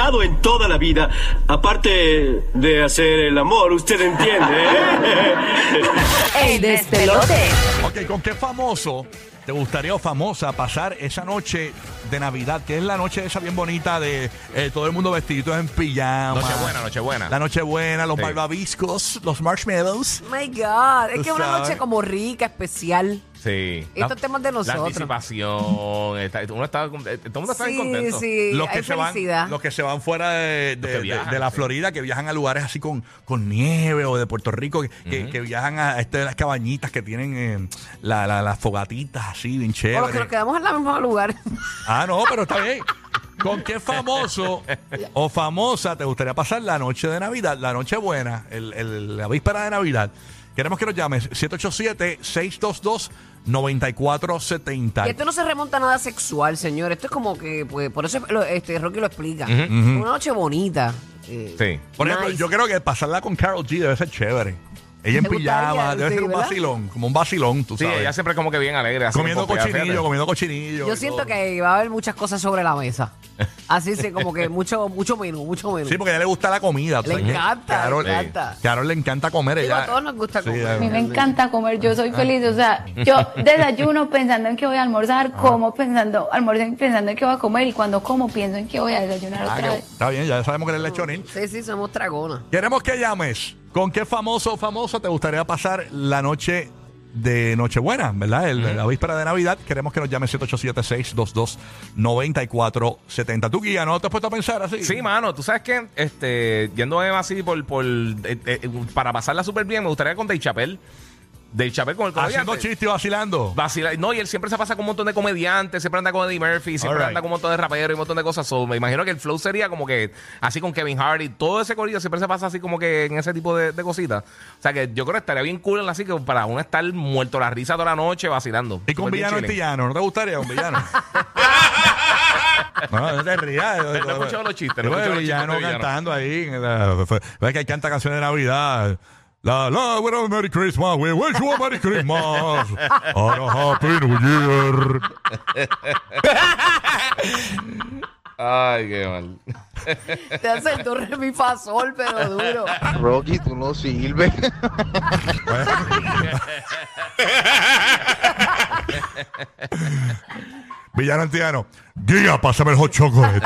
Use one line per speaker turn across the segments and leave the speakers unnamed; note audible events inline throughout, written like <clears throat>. dado en toda la vida, aparte de hacer el amor, usted entiende. ¿eh?
¡Ey, despelote!
Ok, ¿con qué famoso te gustaría o famosa pasar esa noche de Navidad? Que es la noche esa bien bonita de eh, todo el mundo vestido en pijama.
Nochebuena, Nochebuena.
La Nochebuena, los
Sí.
malvaviscos, los marshmallows.
My God, es
Tú
que es una
sabes.
noche como rica, especial.
Sí.
Estos temas de
La
nosotros.
anticipación. está- uno está, eh, todo el mundo está
Sí,
bien contento.
sí, hay
se
felicidad.
van, los que se van fuera de, de-
que
de-
viajan,
de la
sí.
Florida, que viajan a lugares así con, con nieve o de Puerto Rico, que, que- que viajan a este, las cabañitas que tienen eh, la- la- las fogatitas así, bien
O los que
chévere.
nos quedamos en el mismo lugar. <laughs>
Ah, no, pero está bien. ¿Con qué famoso o famosa te gustaría pasar la noche de Navidad, la noche buena, el- el- la víspera de Navidad? Queremos que nos llames 787-622-9470.
Y esto no se remonta a nada sexual, señor. Esto es como que, pues, por eso lo- este, Rocky lo explica. Una noche bonita. eh,
Sí.
Por ejemplo,
nice.
yo creo que pasarla con Carol G debe ser chévere. Ella en
Me gustaría,
pijama, debe
sí,
ser un
¿verdad?
vacilón, como un vacilón, tú
Sí,
sabes.
ella siempre como que bien alegre. así
eh. comiendo
como que,
cochinillo,
fíjate.
comiendo cochinillo.
Yo
y
siento
todo.
que va a haber muchas cosas sobre la
<laughs>
mesa. Así sí, como que mucho, mucho menú, mucho menú.
Sí, porque a ella le gusta la comida. tú
Le
sabes que
encanta, le
Carol,
encanta.
Carol le encanta comer.
Digo,
ella-
a todos nos gusta
Sí,
comer.
a- ah,
A mí me encanta comer, yo soy feliz, o sea, yo desayuno pensando en que voy a almorzar, como pensando, almuerzo pensando en que voy a comer y cuando como pienso en que voy a desayunar
Ah,
otra
que-
vez.
está bien, ya sabemos que eres lechonín.
Sí, sí, somos tragonas.
Queremos que llames. ¿Con qué famoso o famosa te gustaría pasar la noche de Nochebuena, verdad? El- La víspera de Navidad. Queremos que nos llames 787-622-9470. Tú, guía, ¿no te has puesto a pensar así?
Sí, mano, tú sabes que este, yendo así por, por eh, eh, para pasarla súper bien, me gustaría con Dave Chappelle. Dave Chappelle con el
Haciendo
comediante.
chistes y vacilando.
Vacila- No, y él siempre se pasa con un montón de comediantes, siempre anda con Eddie Murphy, siempre
Alright.
anda con un montón de raperos y un montón de cosas. So, me imagino que el flow sería como que así con Kevin Hart y todo ese corrido siempre se pasa así como que en ese tipo de, de cositas. O sea que yo creo que estaría bien cool así que para uno estar muerto la risa toda la noche vacilando.
Y con
Súper bien
villano en
chilling.
villano, ¿no te gustaría un
<laughs>
villano? no, no te rías.
No he escuchado los chistes, no he
Yo de
escuchado
villano
los chistes de villano.
cantando ahí. en la- fue- Ves que hay canta canciones de Navidad. La, la, bueno, Merry Christmas, we wish you a Merry Christmas and a Happy New Year.
Ay, qué mal.
Te hace el torre <laughs> mi fasol, pero duro.
Rocky, tú no sirves.
Villano Antiano, guía, pásame el hot
<laughs>
chocolate.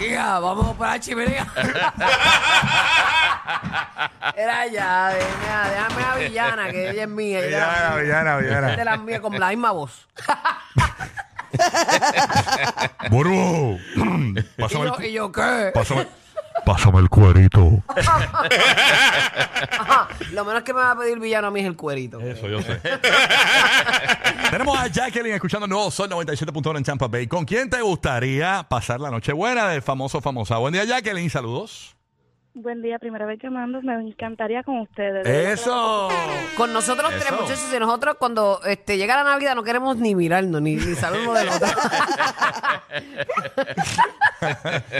Ya, vamos para
<laughs>
chimenea. Era ya, déjame, déjame a Villana, que ella es mía. ella es mía.
villana,
Ella
villana,
es de
villana.
las mías con la misma
<laughs>
voz. <clears throat>
Burbu,
Y
pásame
yo,
el, Pues-
y yo, ¿qué?
pásame, pásame el cuerito.
Ajá, Lo menos que me va a pedir villano a mí es el cuerito.
Eso yo sé. <laughs> Tenemos a Jacqueline escuchando el nuevo Sol 97.1 en Tampa Bay. ¿Con quién te gustaría pasar la noche buena del famoso famosa? Buen día, Jacqueline. Saludos.
Buen día, primera vez que mando, me encantaría con ustedes.
Eh.
Eso.
Con nosotros tres
Eso.
muchachos y nosotros cuando este, llega la Navidad no queremos ni mirarnos, ni, ni saber uno del
<laughs>
otro.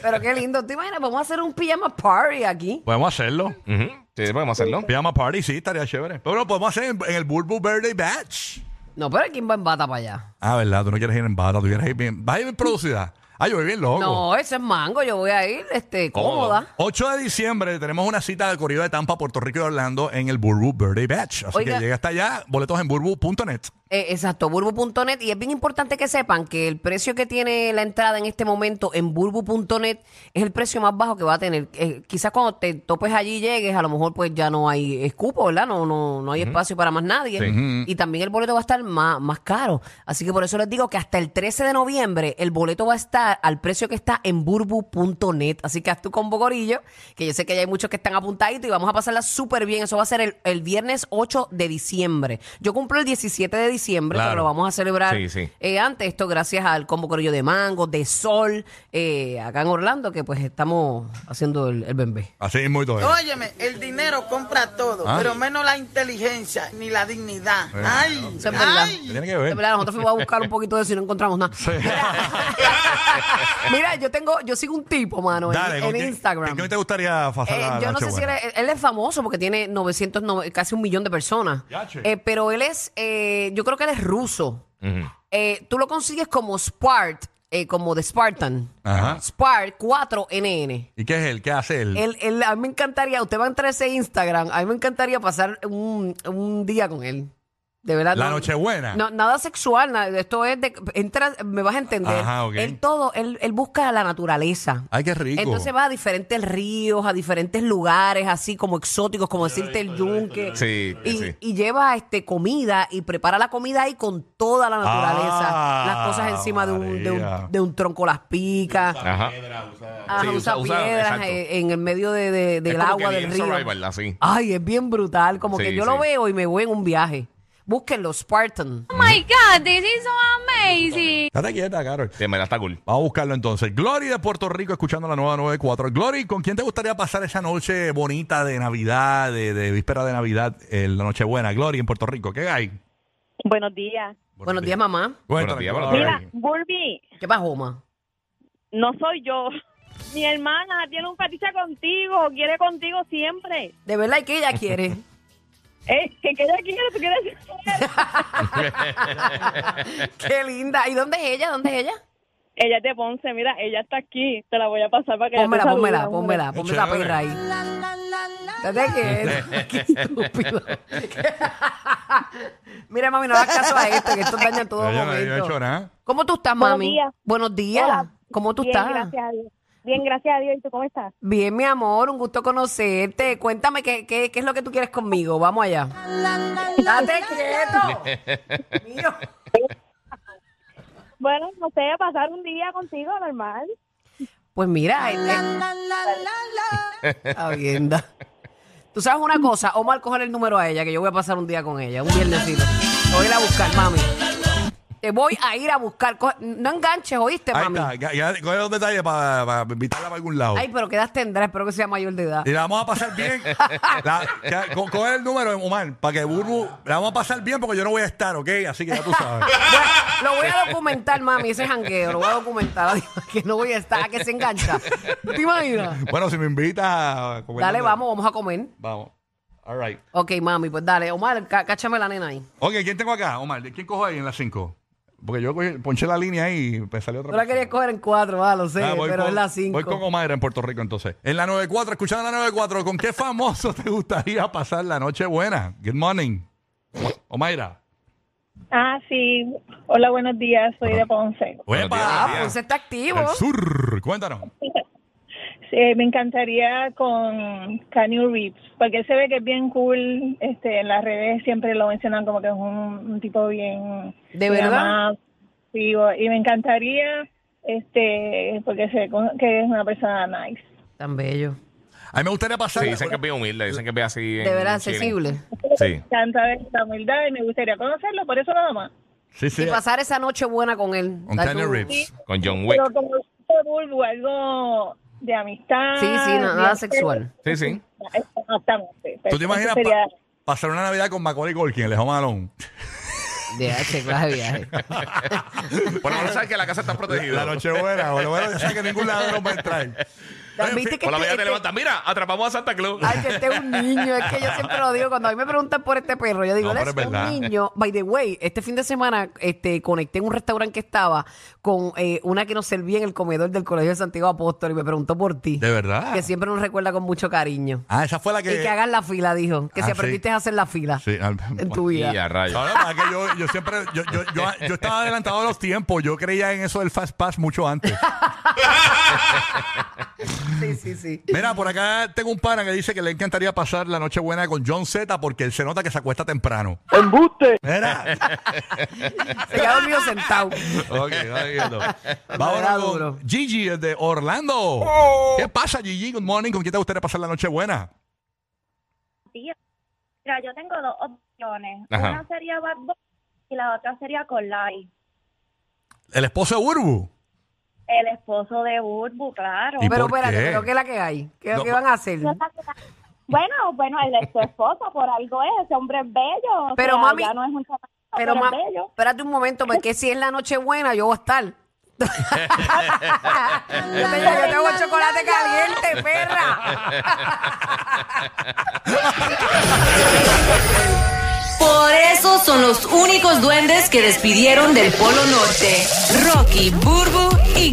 Pero qué lindo, ¿te imaginas? Vamos a hacer un pijama party aquí.
Podemos hacerlo.
<laughs> Ujú. Sí, podemos hacerlo.
Pijama party, sí, estaría chévere. Pero lo podemos hacer en, en el Burbu Birthday Batch.
No, pero ¿quién va en bata para allá?
Ah, ¿verdad? Tú no quieres ir en bata, tú quieres ir bien. Vas a ir bien producida. Ah, yo voy bien loco.
No, ese es mango, yo voy a ir este, cómoda.
8 de diciembre tenemos una cita de corrido de Tampa, Puerto Rico y Orlando en el Burbu Birthday Batch. Así
Oiga.
que llega hasta allá, boletos en burbu.net.
Eh, exacto, burbu.net. Y es bien importante que sepan que el precio que tiene la entrada en este momento en burbu.net es el precio más bajo que va a tener. Eh, quizás cuando te topes allí y llegues, a lo mejor pues ya no hay escupo, ¿verdad? No, no, no hay espacio para más nadie. Y también el boleto va a estar más, más caro. Así que por eso les digo que hasta el 13 de noviembre el boleto va a estar al precio que está en burbu.net. Así que haz tu combo gorillo, que yo sé que ya hay muchos que están apuntaditos y vamos a pasarla súper bien. Eso va a ser el, el viernes 8 de diciembre. Yo cumplo el 17 de diciembre,
Claro.
pero lo vamos a celebrar
Sí, sí.
eh, antes. Esto gracias al combo gorillo de mango, de sol, eh, acá en Orlando, que pues estamos haciendo el, el bembé.
Así es muy todo.
Óyeme, el dinero compra todo,
Ah.
pero menos la inteligencia ni la dignidad. Ay,
Eso es verdad.
ay.
Tiene que
De
ver.
verdad, nosotros fuimos a buscar un poquito de eso y no encontramos nada. Mira, yo tengo, yo sigo un tipo, mano, en-
Dale,
en,
¿con quién-
Instagram.
¿con ¿Quién te gustaría pasar
Eh,
la
yo no sé si él,
Nochebuena?
es- él es famoso porque tiene 900, no- casi un millón de personas.
Yache.
Eh, pero él es, eh, yo creo que él es ruso.
Ujú.
Eh, tú lo consigues como Spark, eh, como de Spartan.
Ajá.
Spark 4NN.
¿Y qué es él? ¿Qué hace él?
Él, él- a mí me encantaría, usted va a entrar a ese Instagram, a mí me encantaría pasar un, un día con él. De verdad.
La
no-
Ah.
Nochebuena.
No, nada sexual, nada, esto es de. Entra, me vas a entender.
Ajá, ok.
Él todo, él, él busca la naturaleza.
Ah,
Ay, qué rico.
Entonces va a diferentes ríos, a diferentes lugares así como exóticos, como decirte el yunque.
Sí,
y,
sí.
y lleva este comida y prepara la comida ahí con toda la naturaleza.
Ah,
las cosas encima de un, de,
María.
un, de un tronco las picas.
Ajá.
Ajá,
Sí,
usa,
usa- usa-
piedras
exacto.
eh, en el medio de, de- del
Es como que
agua, del
bien
río.
survival, así.
Ay, es bien brutal. Como que
Sí,
yo
sí.
lo veo y me voy en un viaje. Búsquenlo, Spartan.
Oh my God, this is so amazing.
Estate quieta, Carol.
Sí, en verdad está cool.
Vamos a buscarlo entonces. Glory de Puerto Rico, escuchando la nueva 94. Glory, ¿con quién te gustaría pasar esa noche bonita de Navidad, de, de víspera de Navidad, eh, la Nochebuena? Glory en Puerto Rico, ¿qué hay?
Buenos días.
Buenos días, mamá.
Buenos
días, buenos días.
Mira, Burby,
¿Qué pasó, ma?
no soy yo. <laughs> Mi hermana tiene un fetiche contigo, quiere contigo siempre.
De verdad ¿y qué ella
<laughs>
quiere. <laughs>
Eh, ¿Qué quiere quiere? ¿Tú quieres?
qué linda. ¿Y dónde es ella? ¿Dónde es ella?
Ella es de Ponce, mira, ella está aquí. Te la voy a pasar para que ella te
Pónmela,
salude,
pónmela,
hombre.
pónmela,
Qué
pónmela esa
chévere.
perra ahí. ¿Sabes qué?
<laughs>
Qué estúpido. <laughs> Mira, mami, no hagas caso a esto, que esto daña todo
Yo no- yo no he
momento.
hecho nada.
¿Cómo tú estás,
Buenos
mami?
días.
Buenos días.
Hola.
¿Cómo tú
Bien,
estás?
gracias a Dios. Bien, gracias a Dios. ¿Y tú cómo estás?
Bien, mi amor, un gusto conocerte. Cuéntame qué, qué, qué es lo que tú quieres conmigo. Vamos allá. ¡Date quieto!
<laughs>
Mío.
Bueno, no sé, pasar un día contigo normal.
Pues mira, este... está bien. da. Tú sabes una cosa, Omar, coger el número a ella, que yo voy a pasar un día con ella, un viernesito. Te voy a ir a buscar, mami. Te voy a ir a buscar. Coge- No enganches, ¿oíste,
Ahí
mami?
está, ya, ya coge los detalles para invitarla para algún lado.
Ay, pero qué edad tendrá, espero que sea mayor de edad.
Y la vamos a pasar bien. La- ya, co- coge el número, Omar, para que Burbu. La vamos a pasar bien porque yo no voy a estar, ¿ok? Así que ya tú sabes.
Lo voy a documentar, mami, ese jangueo, lo voy a documentar. <laughs> Que no voy a estar, que se engancha. ¿Te imaginas?
bueno, si me invitas a comer-
Dale, vamos, vamos a comer.
Vamos. All right.
Ok, mami, pues dale. Omar, cá- cáchame la nena ahí.
Ok, ¿quién tengo acá? Omar, ¿quién cojo ahí en las 5? Porque yo cogí- ponché la línea ahí y me salió otra.
Tú la
persona.
querías coger en cuatro, ah, lo sé,
Ah, voy
pero
con-
es la
Voy con
cinco.
Omar en Puerto Rico entonces. En la 94, escuchando la 94, ¿con qué famoso te gustaría pasar la noche buena? Good morning. Omaira.
Ah, sí. Hola, buenos días. Soy de Ponce.
Buenos
Oepa,
días,
Ah,
buenos días.
pues está activo.
El sur, cuéntanos.
Sí, Eh, me encantaría con Canyon Reeves, porque él se ve que es bien cool. Este, en las redes siempre lo mencionan como que es un, un tipo bien.
¿De
bien
verdad?
amable, digo, y me encantaría, este, porque se ve con- que es una persona nice.
Tan bello.
A mí me gustaría pasar.
Sí, dicen que es bien humilde, dicen que es bien así.
De
en
verdad,
Chile.
accesible.
Sí.
Tanta de la humildad y me gustaría conocerlo, por eso nada más.
sí, sí.
Y pasar esa noche buena con él.
Con
Da
Keanu
tu-
Reeves.
Con John Wick.
Pero como dice Bulbo, algo de amistad.
Sí, sí, no- nada
bien-
sexual. <laughs>
Sí, sí.
Exactamente.
¿Tú te imaginas
Eso sería-
pa- pasar una Navidad con Macaulay Culkin, el Home Alone?
De H, clase de
<laughs>
viaje.
Por lo menos sabes que la casa está
La
protegida.
noche buena. Bueno, bueno, ya sabes que ningún ladrón va a entrar.
<laughs> ¿Viste que
Por la
este-
mañana te
este-
levantas. Mira, atrapamos a Santa Claus.
Ay, que este es
<laughs>
un niño. Es que yo siempre lo digo. Cuando a mí me preguntan por este perro, yo digo,
No,
"Él
pero
es
es
un
verdad.
niño. By the way, este fin de semana este, conecté en un restaurante que estaba con eh, una que nos servía en el comedor del Colegio de Santiago Apóstol y me preguntó por ti.
De verdad.
Que siempre nos recuerda con mucho cariño.
Ah, esa fue la que.
Y que hagas la fila, dijo. Que
Ah,
si
sí.
aprendiste a hacer la fila
Sí, ah,
en
bueno.
tu vida.
Y a rayos.
No, no, para que yo, yo siempre, yo, yo, yo, yo estaba adelantado a los tiempos. Yo creía en eso del Fast Pass mucho antes.
Sí, sí, sí.
Mira, por acá tengo un pana que dice que le encantaría pasar la noche buena con John Z porque él se nota que se acuesta temprano. ¡Embuste! Mira.
Se queda dormido sentado.
ok, está viendo. Vamos
Era
ahora
duro.
con Gigi de Orlando. ¿Qué pasa, Gigi? Good morning. ¿Con quién te gustaría pasar la noche buena?
Tío, Mira, yo tengo dos opciones.
Ajá.
Una sería Bad Bunny y la otra sería Colai.
El esposo de Urbu.
El esposo de Burbu, claro.
¿Y
Pero
por
espérate,
qué?
pero ¿qué es la que hay? ¿Qué,
No,
qué van a hacer?
Bueno, bueno, el de su esposo, por algo es. Ese hombre es bello. o
Pero,
sea,
mami,
ya no es un chamaco,
Pero,
pero,
ma-
es bello.
espérate un momento, porque si es la noche buena, yo voy a estar. <laughs> yo, te, yo te hago chocolate caliente, perra.
Por eso son los únicos duendes que despidieron del Polo Norte. Rocky, Burbu y